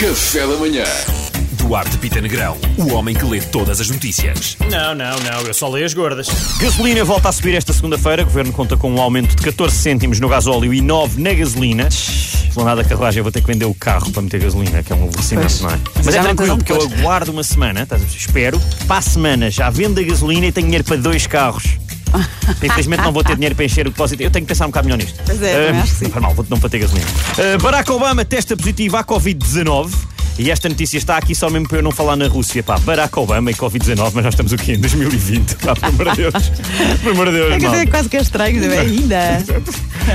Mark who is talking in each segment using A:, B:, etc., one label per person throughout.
A: Café da Manhã.
B: Duarte Pita Negrão, o homem que lê todas as notícias.
C: Não, não, não, eu só leio as gordas.
D: Gasolina volta a subir esta segunda-feira. O governo conta com um aumento de 14 cêntimos no gasóleo e 9 na gasolina. Vou nada da carruagem, eu vou ter que vender o carro para meter gasolina, que é um aborrecimento, não é? Mas
C: Já
D: é
C: não tem
D: tranquilo, porque eu
C: depois.
D: aguardo uma semana, estás a perceber? espero, para a semana já vendo a gasolina e tenho dinheiro para dois carros. Infelizmente não vou ter dinheiro para encher o depósito. Eu tenho que pensar um bocado melhor nisto.
E: Pois é, também
D: Ah,
E: acho que sim.
D: não faz mal, vou não para ter gasolina. Ah, Barack Obama testa positivo à Covid-19. E esta notícia está aqui só mesmo para eu não falar na Rússia. Pá, Barack Obama e Covid-19, mas nós estamos aqui em 2020. Pá, pelo amor de Deus. Pelo amor de Deus,
E: É que
D: malta.
E: é quase que é estranho, não é? ainda.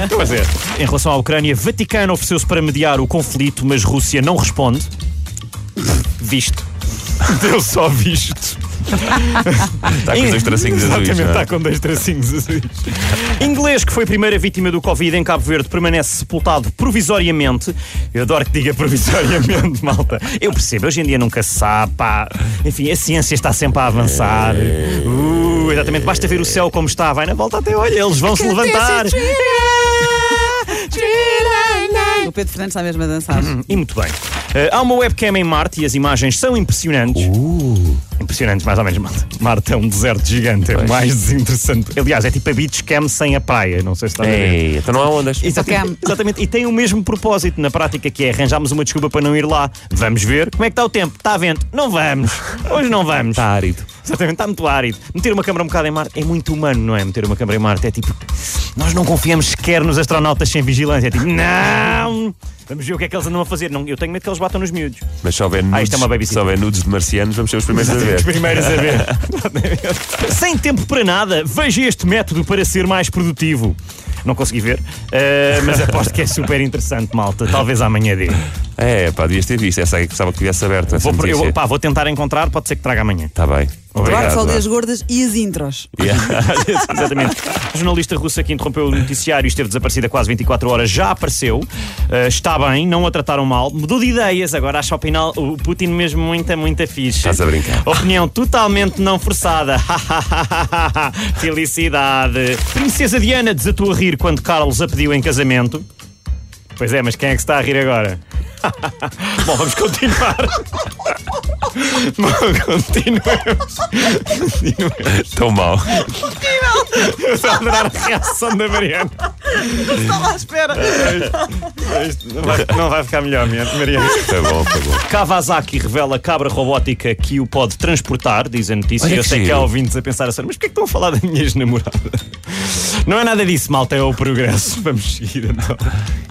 D: Pois é. Em relação à Ucrânia, Vaticano ofereceu-se para mediar o conflito, mas Rússia não responde. Visto. Deu só visto.
B: Está Tá com os dois tracinhos azuis.
D: Exatamente,
B: não é?
D: está com dois tracinhos azuis. Inglês, que foi a primeira vítima do Covid em Cabo Verde, permanece sepultado provisoriamente. Eu adoro que diga provisoriamente, malta. Eu percebo, hoje em dia nunca se sabe, pá. Enfim, a ciência está sempre a avançar. Uh, exatamente, basta ver o céu como está, vai na volta até olha, eles vão se levantar.
E: O Pedro Fernandes está mesmo a dançar.
D: Hum, E muito bem. Eh, há uma webcam em Marte e as imagens são impressionantes. Impressionantes, mais ou menos. Marte. Marte é um deserto gigante, é mais desinteressante. Aliás, é tipo a beach cam sem a praia. Não sei se está a ver.
B: Ei, então não há ondas.
D: Exatamente, exatamente. E tem o mesmo propósito na prática que é arranjarmos uma desculpa para não ir lá. Vamos ver. Como é que está o tempo? Está a vento? Não vamos. Hoje não vamos.
B: Está árido.
D: Exatamente, está muito árido. Meter uma câmara um bocado em Marte é muito humano, não é? Meter uma câmara em Marte é tipo. Nós não confiamos sequer nos astronautas sem vigilância. É tipo, não! Vamos ver o que é que eles andam a fazer. Não, eu tenho medo que eles batam nos miúdos.
B: Mas se houver nudes,
D: isto é uma baby
B: se houver nudes de marcianos, vamos ser os primeiros a ver.
D: Os primeiros a ver. Sem tempo para nada, veja este método para ser mais produtivo. Não consegui ver, eh, mas aposto que é super interessante, malta. Talvez amanhã dê.
B: É, pá, devias ter visto. Essa aí que gostava que tivesse aberto. Essa
D: Vou, pro- eu,
B: notícia.
D: pá, vou tentar encontrar, pode ser que traga amanhã.
B: Tá bem.
E: Claro,
B: Obrigado.
E: só lê as
B: Duarte.
E: gordas e as intros.
B: Yeah.
D: Exatamente. A jornalista russa que interrompeu o noticiário e esteve desaparecida quase 24 horas já apareceu. Eh, está bem, não a trataram mal. Mudou de ideias, agora acha o, pinal, o Putin mesmo muita, muita fixe.
B: Estás a brincar.
D: Opinião totalmente não forçada. Felicidade. Princesa Diana desatou a rir quando Carlos a pediu em casamento. Pois é, mas quem é que se está a rir agora? Bom, vamos continuar. Bom, continuemos.
B: Tão mal.
D: Eu estou a adorar a reação da Mariana.
E: Estava à espera.
D: Não vai, não vai ficar melhor, minha Mariana.
B: Foi bom, foi bom.
D: Kawasaki revela cabra robótica que o pode transportar, diz a notícia.
B: Olha
D: Eu
B: que
D: sei que
B: giro.
D: há ouvintes a pensar assim, mas porquê que estão a falar da minha ex-namorada? Não é nada disso, malta, é o progresso. Vamos seguir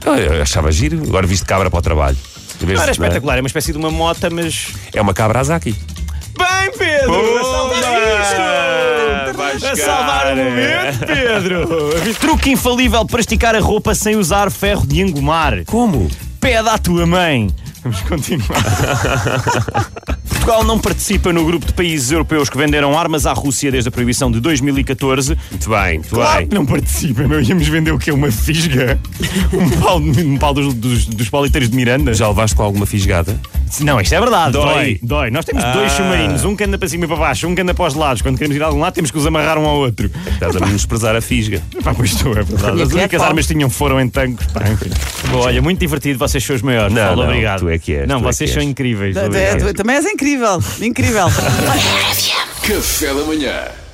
D: então.
B: Eu, eu achava giro. Agora viste cabra para o trabalho. Em vez
D: Não era
B: de- não é?
D: espetacular, é uma espécie de uma mota, mas.
B: É uma cabra Azaki.
D: Bem, Pedro! a salvar isto!
B: Vai
D: A
B: chegar.
D: salvar o momento, Pedro! Truque infalível para esticar a roupa sem usar ferro de engomar.
B: Como?
D: Pede à tua mãe. Vamos continuar. Portugal não participa no grupo de países europeus que venderam armas à Rússia desde a proibição de 2014.
B: Muito bem, muito
D: Claro
B: bem.
D: que não participa, meu. Íamos vender o quê? Uma fisga? Um pau, um pau dos, dos, dos pauliteiros de Miranda?
B: Já levaste com alguma fisgada?
D: Não, isto é verdade.
B: Dói.
D: Dói. Dói. Nós temos dois
B: Ah.
D: submarinos. Um que anda para cima e para baixo, um que anda para os lados. Quando queremos ir a algum lado, temos que os amarrar um ao outro.
B: Estás a menosprezar a fisga.
D: Pá, pois tu, é verdade.
E: E
D: As
E: aqui é
D: únicas
E: pau.
D: armas que tinham foram em tanques. Pá, enfim. Bom, olha, muito divertido. Vocês são os maiores.
B: Não,
D: Paulo,
B: não,
D: obrigado.
B: tu é que és,
D: Não,
B: tu é
D: vocês
B: que
D: são
B: és.
D: incríveis.
E: Tu-
D: obrigado.
E: tu- Também és incrível. Incrível.
A: Café da Manhã.